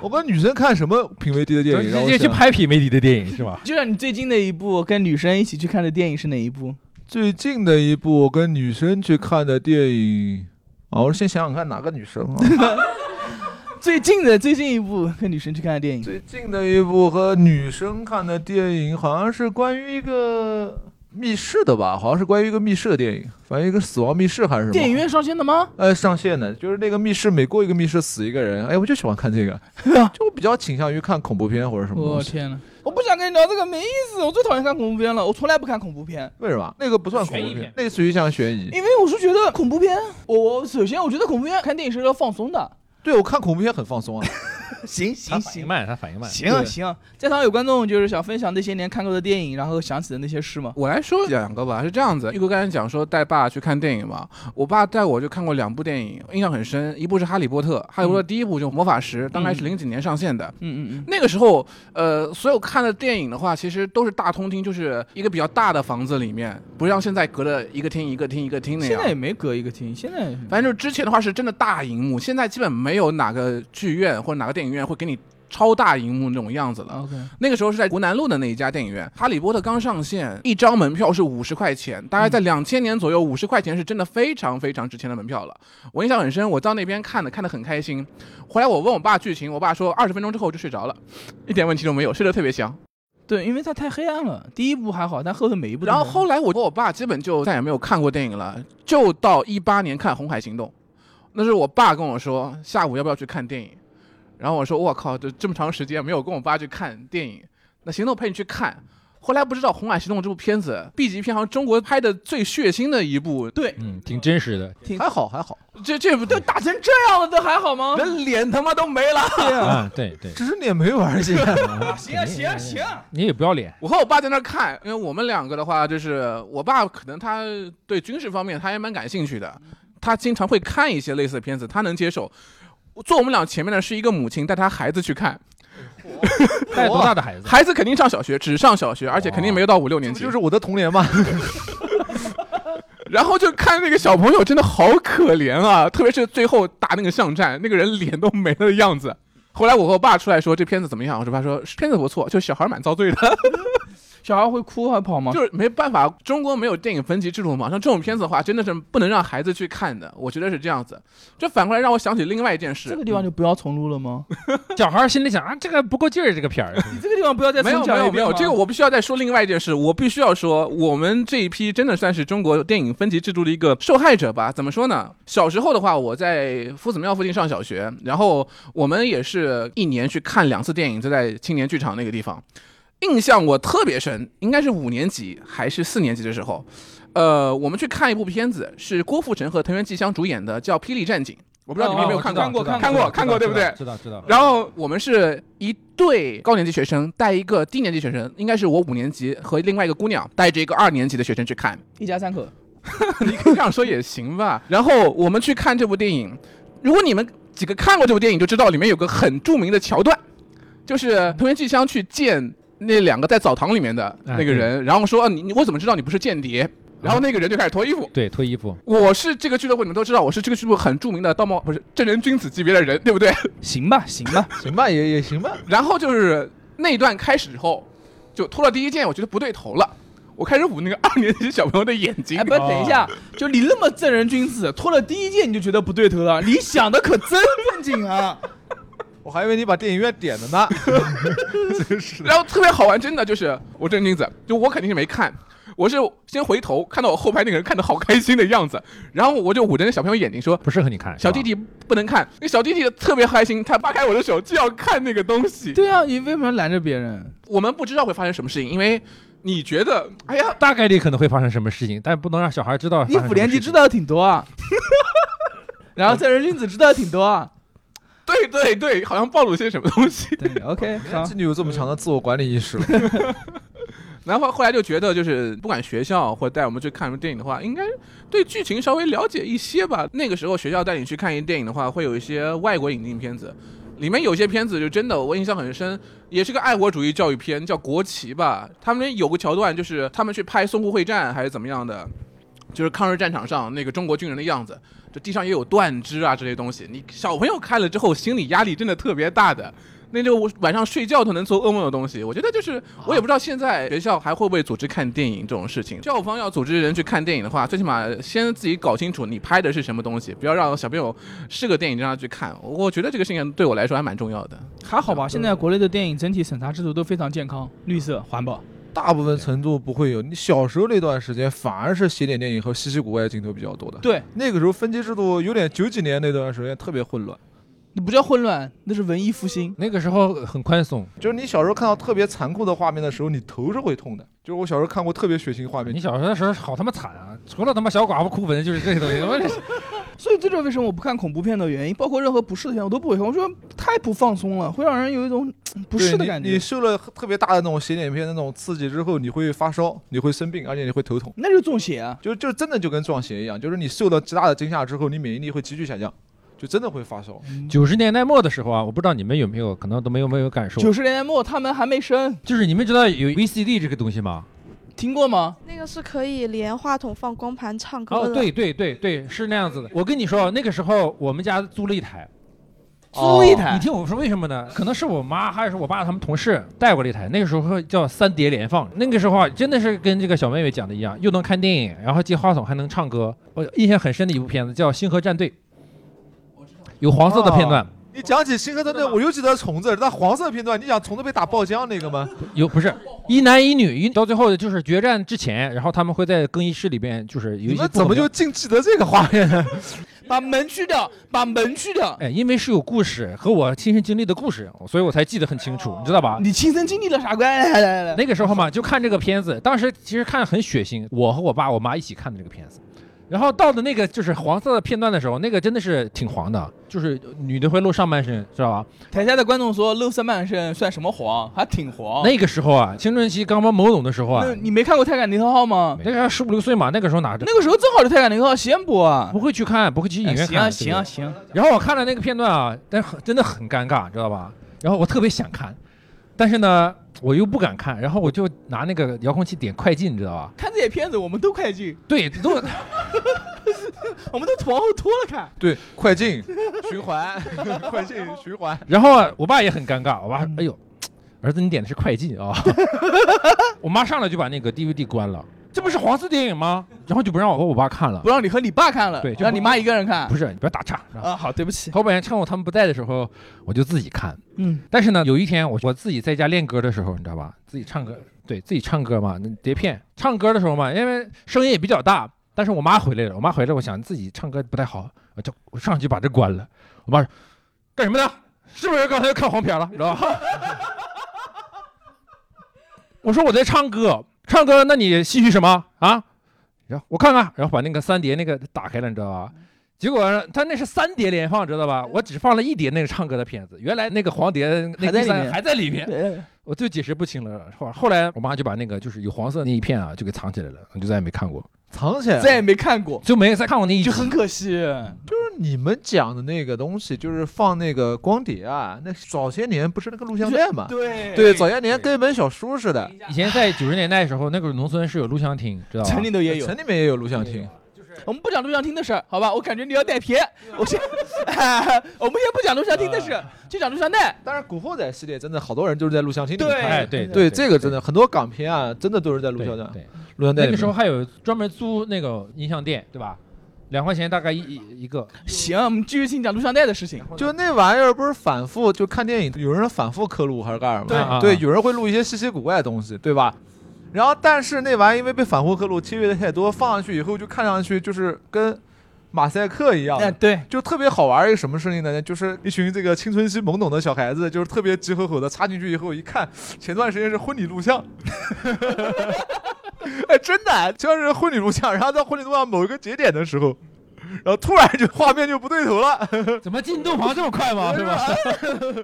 我们女生看什么品味低的电影？让
直
我
接去
想
拍品味低的电影是吧？
就像你最近的一部跟女生一起去看的电影是哪一部？
最近的一部我跟女生去看的电影，哦，我先想想看哪个女生啊。
最近的最近一部跟女生去看的电影，
最近的一部和女生看的电影，好像是关于一个密室的吧？好像是关于一个密室的电影，反正一个死亡密室还是什么？
电影院上线的吗？
呃上线的，就是那个密室，每过一个密室死一个人。哎，我就喜欢看这 个，就我比较倾向于看恐怖片或者什么
我、
东西。
天呐，我不想跟你聊这个，没意思。我最讨厌看恐怖片了，我从来不看恐怖片。
为什么？那个不算恐
悬疑
怖片
片，
类似于像悬疑。
因为我是觉得恐怖片，我我首先我觉得恐怖片看电影是要放松的。
对我看恐怖片很放松啊。
行
他反
行
应
行
慢，他反应慢。
行啊
对
行啊，在场有观众就是想分享那些年看过的电影，然后想起的那些事吗？
我来说两个吧，是这样子，玉哥刚才讲说带爸去看电影嘛，我爸带我就看过两部电影，印象很深，一部是《哈利波特》，《哈利波特》第一部就《魔法石》，当然是零几年上线的。
嗯嗯嗯，
那个时候，呃，所有看的电影的话，其实都是大通厅，就是一个比较大的房子里面，不像现在隔着一个厅一个厅一个厅那
现
样
在。也没隔一个厅，现在
反正就是之前的话是真的大荧幕，现在基本没有哪个剧院或者哪个电影院会给你超大荧幕那种样子了。
OK，
那个时候是在湖南路的那一家电影院，《哈利波特》刚上线，一张门票是五十块钱，大概
嗯
在两千年左右，五十块钱是真的非常非常值钱的门票了。我印象很深，我到那边看的，看得很开心。回来我问我爸剧情，我爸说二十分钟之后就睡着了，一点问题都没有，睡得特别香。
对，因为它太黑暗了，第一部还好，但后头每一部都
然后
很
后来我和我爸基本就再也没有看过电影了，就到一八年看《红海行动》，那是我爸跟我说下午要不要去看电影，然后我说我靠，这这么长时间没有跟我爸去看电影，那行，那我陪你去看。后来不知道《红海行动》这部片子 B 级片，好像中国拍的最血腥的一部，对，
嗯，挺真实的。
还好还好，
这这部都
打成这样了，都还好吗？
人脸他妈都没了。
啊，对对。
只是脸没玩儿进来。
行啊行啊行啊，
你也不要脸，
我和我爸在那儿看，因为我们两个的话，就是我爸可能他对军事方面他也蛮感兴趣的，他经常会看一些类似的片子，他能接受。坐我们俩前面的是一个母亲带她孩子去看，
带多大的孩子？
孩子肯定上小学，只上小学，而且肯定没有到五六年级
就。是我的童年嘛，
然后就看那个小朋友真的好可怜啊，特别是最后打那个巷战，那个人脸都没了的样子。后来我和我爸出来说这片子怎么样，我爸说片子不错，就小孩蛮遭罪的。
小孩会哭还跑吗？
就是没办法，中国没有电影分级制度嘛，像这种片子的话，真的是不能让孩子去看的，我觉得是这样子。这反过来让我想起另外一件
这
事
个，地方就不要重录了吗？
小孩心里想啊，这个不够劲儿，这个片儿。
你这个地方不要再
没有
重
没
讲一
有
遍
没有，
吗
这个我必须要再说另外一件事，我必须要说，我们这一批真的算是中国电影分级制度的一个受害者吧？怎么说呢？小时候的话，我在夫子庙附近上小学，然后我们也是一年去看两次电影，就在青年剧场那个地方。印象我特别深，应该是五年级还是四年级的时候，呃，我们去看一部片子，是郭富城和藤原纪香主演的，叫《霹雳战警》，我不知道你们有没有看过。
哦哦我知道
看过看过对不对
知道知道。知道
然后我们是一对高年级学生带一个低年级学生，应该是我五年级和另外一个姑娘带着一个二年级的学生去看，
一家三口，
你可以这样说也行吧。然后我们去看这部电影，如果你们几个看过这部电影，就知道里面有个很著名的桥段，就是藤原纪香去见那两个在澡堂里面的那个人，然后说、啊、你你我怎么知道你不是间谍？然后那个人就开始脱衣服。
对，脱衣服，
我是这个俱乐部，你们都知道，我是这个俱乐部很著名的道貌不是正人君子级别的人，对不对？
行吧行 吧，
行吧，也也行吧。
然后就是那一段开始之后，就脱了第一件，我觉得不对头了，我开始捂那个二年级小朋友的眼睛啊
哎，。不，等一下，就你那么正人君子，脱了第一件你就觉得不对头了，你想的可真正经啊！
我还以为你把电影院点了 呢。
然后特别好玩，真的就是我正君子，就我肯定是没看，我是先回头看到我后排那个人看的好开心的样子，然后我就捂着那小朋友眼睛说
不适合你看。：“
小弟
是吧，
弟不能看。”那小弟弟特别开心，他扒开我的手就要看那个东西。
对啊，你为什么要拦着别人？
我们不知道会发生什么事情，因为你觉得，哎呀，
大概率可能会发生什么事情，但不能让小孩知道。
你五年级知，道的挺 多啊，然后在人君子知道的挺多啊。
对对对，好像暴露些什么东西。
对，OK，好
妓，女有这么强的自我管理意识，
然后后来就觉得，就是不管学校或者带我们去看什么电影的话，应该对剧情稍微了解一些吧。那个时候学校带你去看一电影的话，会有一些外国引进片子，里面有些片子就真的我印象很深，也是个爱国主义教育片，叫《国旗》吧。他们有个桥段就是他们去拍淞沪会战还是怎么样的，就是抗日战场上那个中国军人的样子，这地上也有断肢啊这些东西。你小朋友看了之后，心理压力真的特别大的。那就我晚上睡觉都能做噩梦的东西，我觉得就是
啊
我也不知道现在学校还会不会组织看电影这种事情。校方要组织人去看电影的话，最起码先自己搞清楚你拍的是什么东西，不要让小朋友是个电影就让他去看。我觉得这个事情对我来说还蛮重要的。
还好吧。现在国内的电影整体审查制度都非常健康、绿色、环保。
大部分程度不会有。你小时候那段时间反而是写点电影和稀奇古怪的镜头比较多的。
对，
那个时候分级制度有点九几年那段时间特别混乱，
那不叫混乱，那是文艺复兴。
那个时候很宽松。
就是你小时候看到特别残酷的画面的时候，你头是会痛的。就是我小时候看过特别血腥画面
你，小时候的时候好他妈惨啊，除了他妈小寡妇哭坟就是这些东西。 我这
所以这就是为什么我不看恐怖片的原因，包括任何不适的片我都不会看。我觉得太不放松了，会让人有一种嗯不
对
适的
你
感
你
觉。
受了特别大的那种写点片的那种刺激之后，你会发烧，你会生病，而且你会头痛。
那就中邪啊！
就就真的就跟撞邪一样，就是你受到极大的惊吓之后，你免疫力会急剧下降，就真的会发烧。
九十年代末的时候啊，我不知道你们有没有，可能都没有没有感受，
九十年代末他们还没生，
就是你们知道有 VCD 这个东西吗？
听过吗？
那个是可以连话筒放光盘唱歌
哦，
的。
对对对对，是那样子的。我跟你说，那个时候我们家租了一台，
哦
租一台
你听我说为什么呢？可能是我妈还是我爸他们同事带过了一台，那个时候叫三碟联放。那个时候啊，真的是跟这个小妹妹讲的一样，又能看电影，然后接话筒还能唱歌。我印象很深的一部片子叫《星河战队》，有黄色的片段，
你讲起新河战队，我就记得虫子，那黄色片段，你讲虫子被打爆浆那个吗？
有不是一男一女，一到最后就是决战之前，然后他们会在更衣室里边就是有
你
一些
们怎么就净记得这个画面 呢？
把门去掉，把门去掉。
哎，因为是有故事和我亲身经历的故事，所以我才记得很清楚，你知道吧？
哦你亲身经历了啥？来来来来来，
那个时候嘛，就看这个片子，当时其实看很血腥，我和我爸我妈一起看的这个片子。然后到的那个就是黄色的片段的时候，那个真的是挺黄的，就是女的会露上半身，知道吧？
台下的观众说露上半身算什么黄？还挺黄。
那个时候啊，青春期刚刚懵懂的时候啊
哦那，你没看过《泰坦尼克号》吗？
那个十五六岁嘛，那个时候哪
那个时候正好是《泰坦尼克号》先播啊。
不会去看，不会去影
哎
院
行啊
看。
行啊行啊，
对不对然后我看了那个片段啊，但是很真的很尴尬，知道吧？然后我特别想看，但是呢，我又不敢看，然后我就拿那个遥控器点快进，你知道吧？
看这些片子我们都快进，
对，都
我们都往后拖了看。
对，快进 循环，快进循环。
然后啊，我爸也很尴尬，我爸说：“哎呦，儿子，你点的是快进啊！” 我妈上来就把那个 DVD 关了，这不是黄色电影吗？然后就不让我和我爸看了
不。让你和你爸看了，
对就
让
不
你妈一个人看
不。是，你不要打岔。是吧
啊，好，对不起。
头本趁我他们不在的时候，我就自己看。
嗯，
但是呢，有一天我我自己在家练歌的时候，你知道吧，自己唱歌，对自己唱歌嘛，那碟片唱歌的时候嘛，因为声音也比较大，但是我妈回来了，我妈回来，我想自己唱歌不太好，我就我上去把这关了。我妈说：“干什么呢？是不是刚才又看黄片了？你知道吧？” 我说我在唱歌，唱歌，那你戏剧什么啊？然后我看看，然后把那个三碟那个打开了，你知道吧？结果呢他那是三碟连放，知道吧？我只放了一碟那个唱歌的片子，原来那个黄碟那
还在
第
里
三
面
还在里面，
对
我就解释不清了。后后来我妈就把那个就是有黄色那一片啊，就给藏起来了，我就再也没看过，
藏起来，
再也没看过，
就没再看过那一集
就。很可惜。
就是你们讲的那个东西，就是放那个光碟啊。那早些年不是那个录像带嘛？
对
对，早些年跟一本小书似的，
以前在九十年代的时候，那个农村是有录像厅，知道吧
城？里头也有
城。里面也有录像厅。
我们不讲录像厅的事儿，好吧？我感觉你要带偏。我先， 哎我们先不讲录像厅的
啊
事，就讲录像带。
但是《古惑仔》系列真的好多人就是在录像厅里面
对
看
哎，
的。
对
对，这个真的很多港片啊，真的都是在录
对
像
对
带。
对，
录像带
那个
里面
时候还有专门租那个音像店，对吧？两块钱大概一一一个，
行，我们继续先讲录像带的事情。
就那玩意儿不是反复就看电影，有人反复刻录还是干什么？
对
啊
对，有人会录一些稀奇古怪的东西，对吧？然后，但是那玩意儿因为被反复刻录、贴阅的太多，放上去以后就看上去就是跟马赛克一样的
哎，对，
就特别好玩儿一个什么事情呢？就是一群这个青春期懵懂的小孩子，就是特别急吼吼的插进去以后一看，前段时间是婚礼录像， 哎，真的，前段时间婚礼录像，然后在婚礼录像某一个节点的时候，然后突然就画面就不对头了，
怎么进洞房这么快吗？是吧？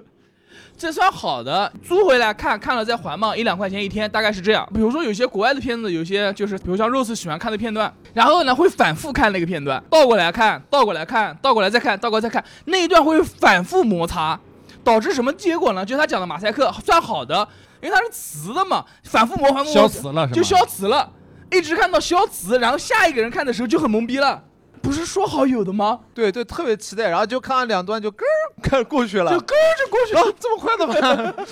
这算好的，租回来看看了再还嘛，一两块钱一天，大概是这样。比如说有些国外的片子，有些就是比如像 Rose 喜欢看的片段，然后呢会反复看那个片段，倒过来看，倒过来看，倒过来再看，倒过来再看，那一段会反复摩擦，导致什么结果呢？就是他讲的马赛克算好的，因为它是词的嘛，反复模仿
消磁了是吧？
就消磁了，一直看到消磁，然后下一个人看的时候就很懵逼了。不是说好有的吗？
对对，特别期待，然后就看了两段就咯儿看过去了，
就咯儿就过去了。
啊，这么快的 吗？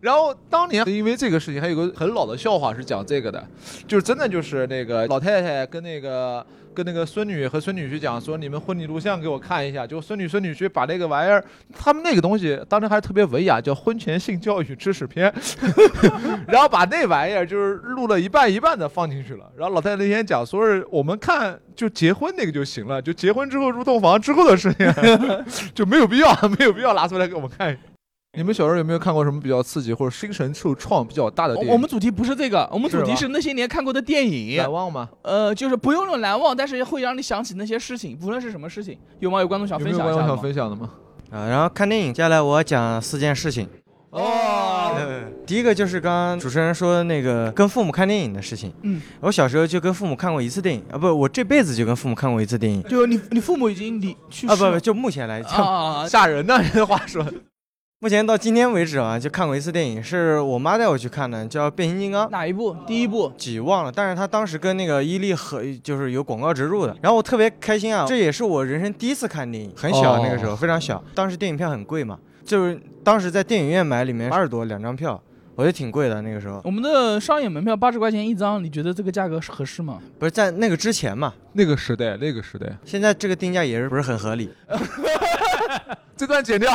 然后当年因为这个事情，还有个很老的笑话是讲这个的，就是真的就是那个老太太跟那个跟那个孙女和孙女婿讲说，你们婚礼录像给我看一下。就孙女孙女婿把那个玩意儿，他们那个东西当时还是特别文雅，叫婚前性教育知识片，然后把那玩意儿就是录了一半一半的放进去了。然后老太太那天讲说是我们看就结婚那个就行了，就结婚之后入洞房之后的事情 就没有必要没有必要拿出来给我们看一下。你们小时候有没有看过什么比较刺激或者精神受创比较大的电影？
我我们主题不是这个，哦我们主题
是
是那些年看过的电影
难，忘吗？
呃，就是不用用难忘，但是会让你想起那些事情，不论是什么事情。有吗？有观众想
有
分
没有
享
观
一
众
下
想
吗？
分享的吗？
啊，然后看电影，接下来我讲四件事情。
哦，
呃，
嗯
第一个就是刚刚主持人说那个跟父母看电影的事情。
嗯，
我小时候就跟父母看过一次电影啊，不，我这辈子就跟父母看过一次电影
就你你父母已经离去世
啊，不，
了
不就目前来讲，
啊，
吓人呢！这话说，
目前到今天为止啊，就看过一次电影，是我妈带我去看的，叫《变形金刚》。啊
哪一部？第一部
几忘了，但是他当时跟那个伊利和就是有广告植入的，然后我特别开心啊，这也是我人生第一次看电影，很小、
哦
那个时候非常小，当时电影票很贵嘛，就是当时在电影院买里面二十多两张票，我觉得挺贵的那个时候，
嗯
我们的商演门票八十块钱一张，你觉得这个价格是合适吗？
不是在那个之前嘛，
那个时代，那个时代，
现在这个定价也是不是很合理，
这段剪掉。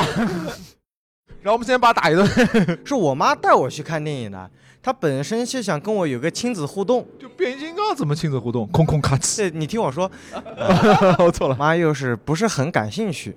然后我们先把打一顿，
是我妈带我去看电影的，她本身就想跟我有个亲子互动，
就变形金刚怎么亲子互动？空空咔哧，
这你听我说，
我错了。
妈又是不是很感兴趣，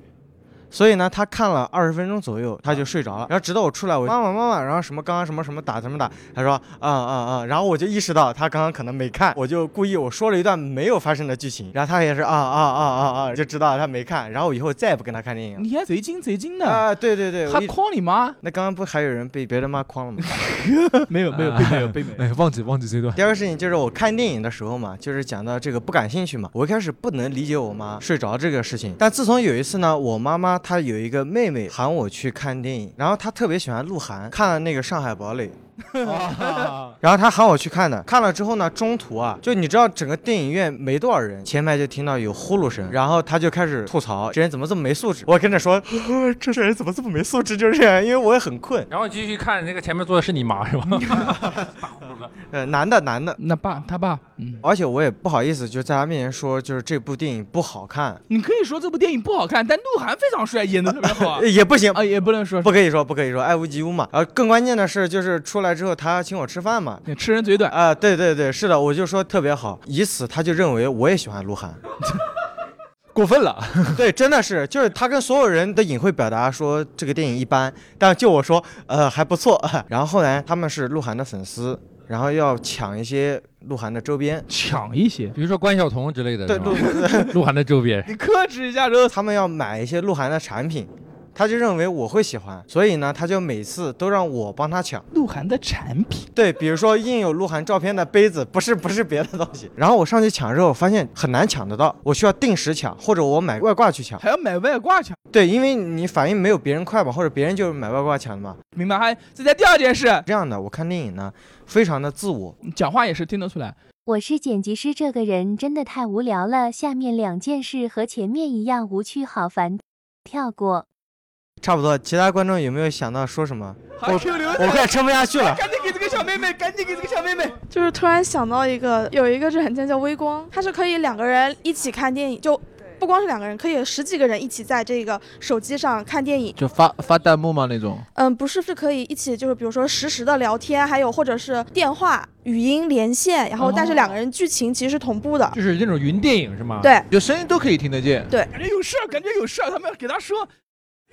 所以呢，她看了二十分钟左右，她就睡着了。然后直到我出来，我妈妈妈妈，然后什么刚刚什么什么打什么打，她说啊啊啊，然后我就意识到她刚刚可能没看，我就故意我说了一段没有发生的剧情，然后她也是啊啊啊啊啊，就知道她没看，然后我以后再也不跟她看电影了。
你还贼精贼精的，
啊，对对对，我
还
一
诓你妈？
那刚刚不还有人被别的妈诓了吗？
没有没有，并没有并没有。
哎，忘记忘记这段。
第二个事情就是我看电影的时候嘛，就是讲到这个不感兴趣嘛，我一开始不能理解我妈睡着这个事情，但自从有一次呢，我妈妈她有一个妹妹喊我去看电影，然后她特别喜欢鹿晗，看了那个《上海堡垒》。然后她喊我去看的，看了之后呢，中途啊，就你知道整个电影院没多少人，前排就听到有呼噜声，然后她就开始吐槽这人怎么这么没素质。我跟着说， 这人怎么这么没素质，就是这样，因为我也很困。
然后你继续看那个前面坐的是你妈是吧？
呃，男的男的，
那爸他爸，嗯，
而且我也不好意思，就在他面前说，就是这部电影不好看，。
你可以说这部电影不好看，但鹿晗非常帅，演的特 别好啊
也不行，
啊，也不能说
不可以说，不可以说，爱屋及乌嘛。然后更关键的是，就是出来之后，他请我吃饭嘛。
吃人嘴短。
啊、对对对，是的，我就说特别好，以此他就认为我也喜欢鹿 晗。
过分了，
对，真的是，就是他跟所有人的隐晦表达说这个电影一般，但就我说，呃，还不错。 然后后来他们是鹿晗的粉丝，然后要抢一些鹿晗的周边，
抢一些，
比如说关晓彤之类的，
对
是吧
鹿
鹿晗的周边。
你克制一下之后，
他们要买一些鹿晗的产品，他就认为我会喜欢，所以呢，他就每次都让我帮他抢。
鹿晗的产品
对，比如说印有鹿晗照片的杯子，不是不是别的东西。然后我上去抢之后，发现很难抢得到，我需要定时抢，或者我买外挂去抢。
还要买外挂抢。
对，因为你反应没有别人快嘛，或者别人就是买外挂抢的嘛。
明白？还这在第二件事，
这样的，我看电影呢，非常的自我。
讲话也是听得出来。
我是剪辑师，这个人真的太无聊了。下面两件事和前面一样无趣，好烦，跳过。
差不多，其他观众有没有想到说什么？
好，Q 流
我快撑不下去了。
赶紧给这个小妹妹，赶紧给这个小妹妹。
就是突然想到一个，有一个软件叫微光，它是可以两个人一起看电影，就不光是两个人，可以十几个人一起在这个手机上看电影。
就发发弹幕吗那种？
嗯，不是，是可以一起就是比如说实时的聊天，还有或者是电话、语音连线，
哦
然后但是两个人剧情其实是同步的。
就是那种云电影是吗？，
对，
就声音都可以听得见。
感觉有事儿，感觉有事儿，他们要给他说，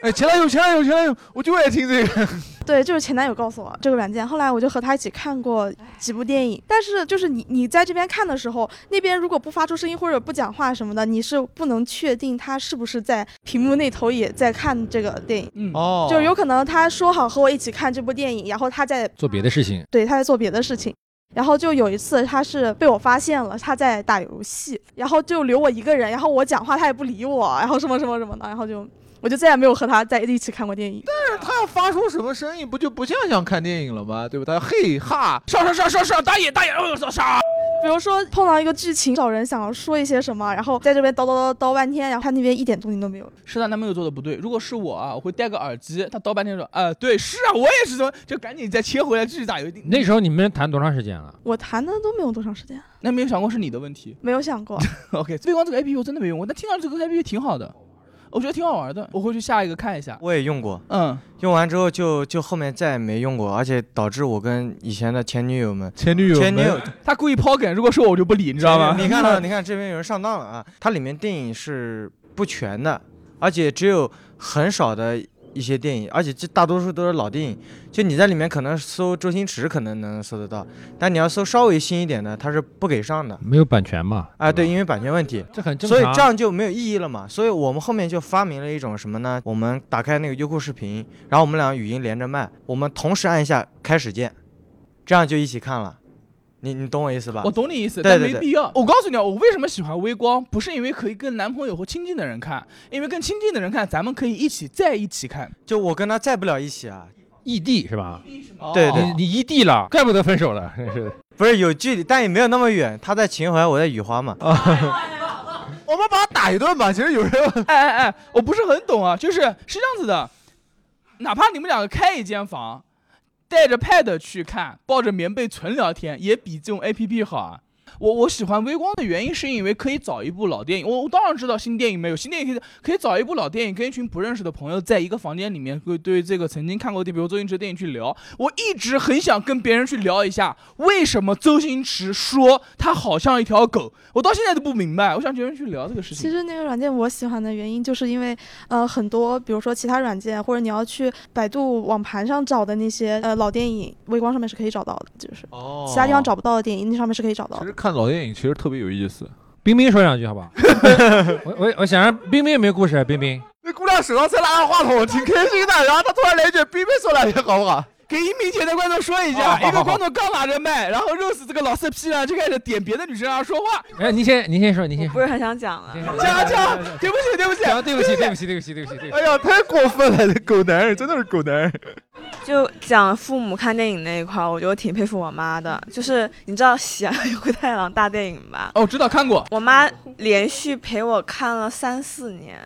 哎，前男友，前男友，前男友，我就爱听这个。
对，就是前男友告诉我这个软件，后来我就和他一起看过几部电影。但是就是你你在这边看的时候，那边如果不发出声音或者不讲话什么的，你是不能确定他是不是在屏幕那头也在看这个电影。
嗯，
哦
就是有可能他说好和我一起看这部电影，然后他在
做别的事情。
对他在做别的事情。然后就有一次，他是被我发现了，他在打游戏，然后就留我一个人，然后我讲话他也不理我，然后什么什么什么的，然后就我就再也没有和他在一起看过电影。
他要发出什么声音，不就不像像看电影了吗？对不对？嘿哈，
上上上上上，打野打野，
哦
我操啥？
比如说碰到一个剧情，找人想要说一些什么，然后在这边叨叨叨叨半天，然后他那边一点动静都没有。
是他男朋友做的不对。如果是我啊，我会戴个耳机，他叨半天说，啊、对，是啊，我也是说，就赶紧再切回来继续打游戏。
那时候你们谈多长时间了？
我谈的都没有多长时间，
那没有想过是你的问题。
没有想过。
OK，微光这个 APP 我真的没用过，但听到这个 APP 挺好的，我觉得挺好玩的，我会去下一个看一下。
我也用过，
嗯，
用完之后就就后面再也没用过，而且导致我跟以前的前女友们，
前女友，
前女友，
他故意抛梗，如果是我我就不理，你知道吗？
你看到，你看这边有人上当了啊！它里面电影是不全的，而且只有很少的一些电影，而且这大多数都是老电影。就你在里面可能搜周星驰，可能能搜得到，但你要搜稍微新一点的，它是不给上的
没有版权嘛？
啊。对，
吧，
因为版权问题。
这很正
所
常。
以这样就没有意义了嘛，所以我们后面就发明了一种什么呢？我们打开那个优酷视频，然后我们俩语音连着麦，我们同时按一下开始键，这样就一起看了。你你懂我意思吧
我？懂你意思，
对
但
对
没
对
必要。我告诉你啊，我为什么喜欢微光，不是因为可以跟男朋友和亲近的人看，因为跟亲近的人看，咱们可以一起在一起看。
就我跟他在不了一起啊，
异地是吧？
哦
对对
你你异地了，怪不得分手了， 真是的。
不是有距离，但也没有那么远。他在秦淮，我在雨花嘛。
我们把他打一顿吧。其实有人
哎哎哎，我不是很懂啊，就是是这样子的，哪怕你们两个开一间房，带着 pad 去看，抱着棉被纯聊天，也比这种 APP 好啊。我我喜欢微光的原因是因为可以找一部老电影，我我当然知道新电影没有，新电影可以可以找一部老电影，跟一群不认识的朋友在一个房间里面，会对这个曾经看过的，比如周星驰的电影去聊。我一直很想跟别人去聊一下，为什么周星驰说他好像一条狗，我到现在都不明白。我想跟人去聊这个事情。
其实那个软件我喜欢的原因，就是因为呃很多，比如说其他软件或者你要去百度网盘上找的那些呃老电影，微光上面是可以找到的，就是
哦
其他地方找不到的电影，那上面是可以找到
其
的。
实看老电影其实特别有意思。
冰冰说两句好不 好？我我我想让冰冰有没有故事啊？冰冰，
那姑娘手上才拿着话 筒，挺开心的。然后她突然来一句：“冰冰说两句好不好
给一米前的观众说一
好好
下，
好
一个观众刚拿着麦，然后 Rose 啊这个老色批呢就开始点别的女生啊说话，
哎，您先您先说，您先
不
说。
是很想讲了。
您先说
加加，对不起对不起，
行，对不起，对不起，对不起，对不起，对！”不
哎
起。
呀，太过分了！这狗男人真的是狗男人。
就讲父母看电影那一块儿，我觉得挺佩服我妈的。
嗯
就是你知道《喜羊羊与灰太狼》大电影吧？
哦，知道看过，
我妈连续陪我看了三四年，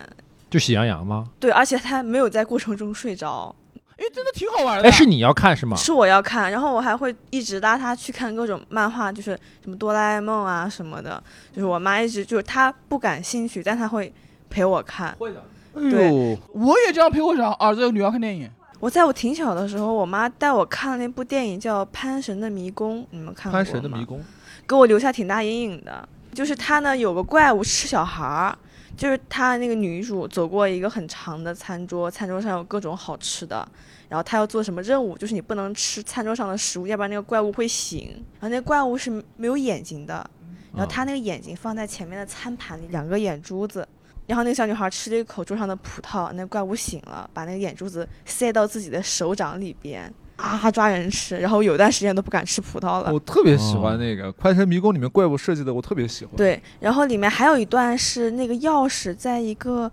就喜羊羊吗？
对，而且她没有在过程中睡着，
哎，真的挺好玩的。
哎，是你要看是吗？
是我要看，然后我还会一直拉她去看各种漫画，就是什么哆啦 A 梦啊什么的。就是我妈一直就是她不感兴趣，但她会陪我看。
会的。
对
呦，
我也这样陪我小儿子女儿看电影，
我在我挺小的时候，我妈带我看了那部电影叫《潘神的迷宫》，你们看过吗？
潘神的迷宫，
给我留下挺大阴影的。就是它呢有个怪物吃小孩儿，就是它那个女主走过一个很长的餐桌，餐桌上有各种好吃的，然后她要做什么任务，就是你不能吃餐桌上的食物，要不然那个怪物会醒。然后那怪物是没有眼睛的，然后她那个眼睛放在前面的餐盘里，两个眼珠子。然后那个小女孩吃了一口桌上的葡萄，那怪物醒了，把那个眼珠子塞到自己的手掌里边，啊抓人吃。然后有段时间都不敢吃葡萄 了。
我特别喜欢那个《潘神迷宫》里面怪物设计的，我特别喜欢。
对，然后里面还有一段是那个钥匙在一个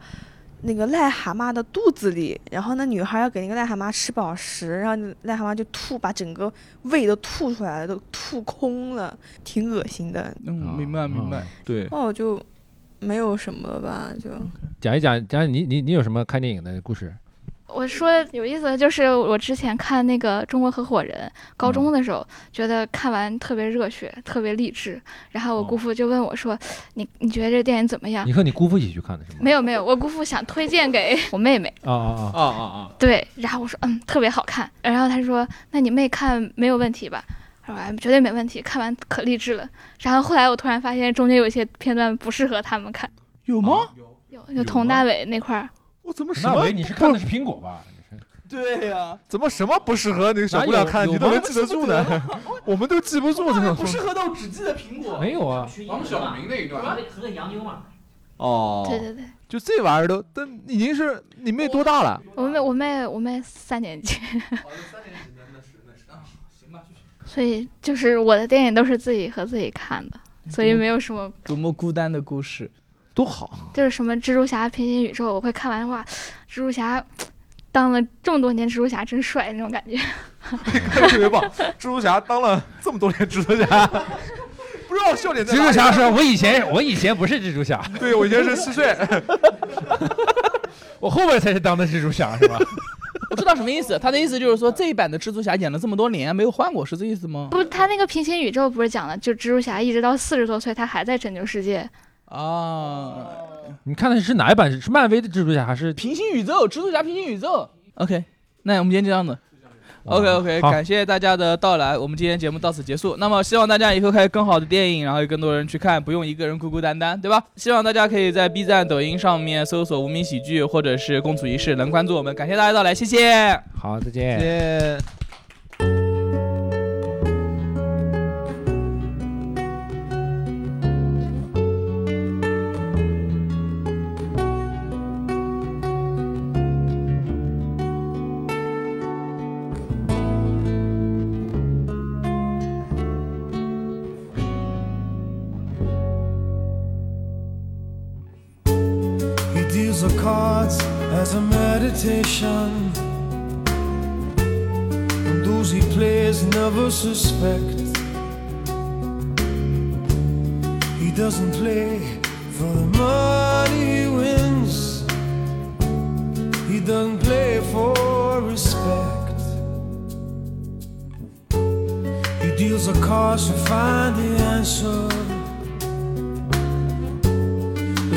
那个癞蛤蟆的肚子里，然后那女孩要给那个癞蛤蟆吃饱食，然后那癞蛤蟆就吐，把整个胃都吐出来了，都吐空了，挺恶心的。
嗯，明白明白。
对，
那我就没有什么了吧，就
讲一讲，讲你你你有什么看电影的故事？
我说有意思的就是，我之前看那个《中国合伙人》，高中的时候、觉得看完特别热血，特别励志。然后我姑父就问我说：“你你觉得这电影怎么样
你和你姑父一起去看的是？”吗？
没有没有，我姑父想推荐给我妹妹。
啊啊啊啊 啊！
对，然后我说嗯，特别好看。然后他说：“那你妹看没有问题吧？”我说哎绝对没问题，看完可励志了。然后后来我突然发现中间有一些片段不适合他们看，
有吗？
有有佟大为那块儿，
我怎么
那我以为你是看的是苹果吧？
对 呀，
怎么什么不适合那个小姑娘看，
哪有
你都能记得住呢？ 我们都记不住这种
不。适合到只记得苹果。
没有啊，
王晓明那一段
和个洋妞嘛，
哦
对对对，
就这玩意儿都，但已经是你妹多大 了？
我妹我妹我妹三年 级，所以就是我的电影都是自己和自己看的，所以没有什么
多么孤单的故事，
多好！
就是什么蜘蛛侠平行宇宙，我会看完的话，蜘蛛侠当了这么多年蜘蛛侠真帅那种感觉。
特别棒，蜘蛛侠当了这么多年蜘蛛侠，不知道笑点在
蜘
哪里
蛛侠 说：“我以前我以前不是蜘蛛侠，
对我以前是四岁，
我后边才是当的蜘蛛侠， 是吧
我知道什么意思。他的意思就是说，这一版的蜘蛛侠演了这么多年没有换过，是这意思吗？
不，他那个平行宇宙不是讲了，就蜘蛛侠一直到四十多岁，他还在拯救世界。
啊，？”
你看的是哪一版？是漫威的蜘蛛侠还是
平行宇宙，蜘蛛侠平行宇宙。OK，那我们今天这样子。OK
啊
OK，
好
感谢大家的到来，我们今天节目到此结束。那么希望大家以后看更好的电影，然后有更多人去看，不用一个人孤孤单单，对吧？希望大家可以在 B 站、抖音上面搜索“无名喜剧”或者是“共处一室”，能关注我们。感谢大家到来，谢谢。
好，再见。
耶。
He deals the cards as a meditation. And those he plays never suspect. He doesn't play for the money he wins. He doesn't play for respect. He deals the cards to find the answer the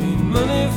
mean money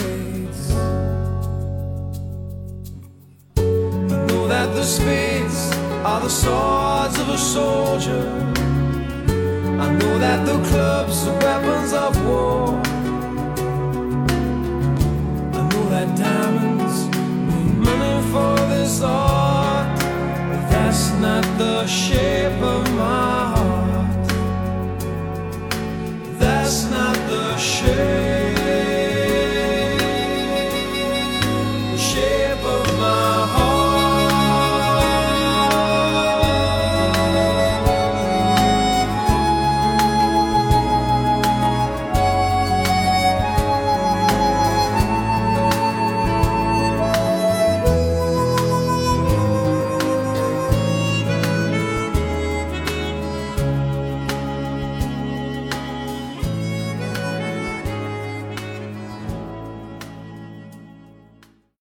fades. I know that the spades are the swords of a soldier. I know that the clubs are weapons of war. I know that diamonds mean money for this art, but that's not the shape of my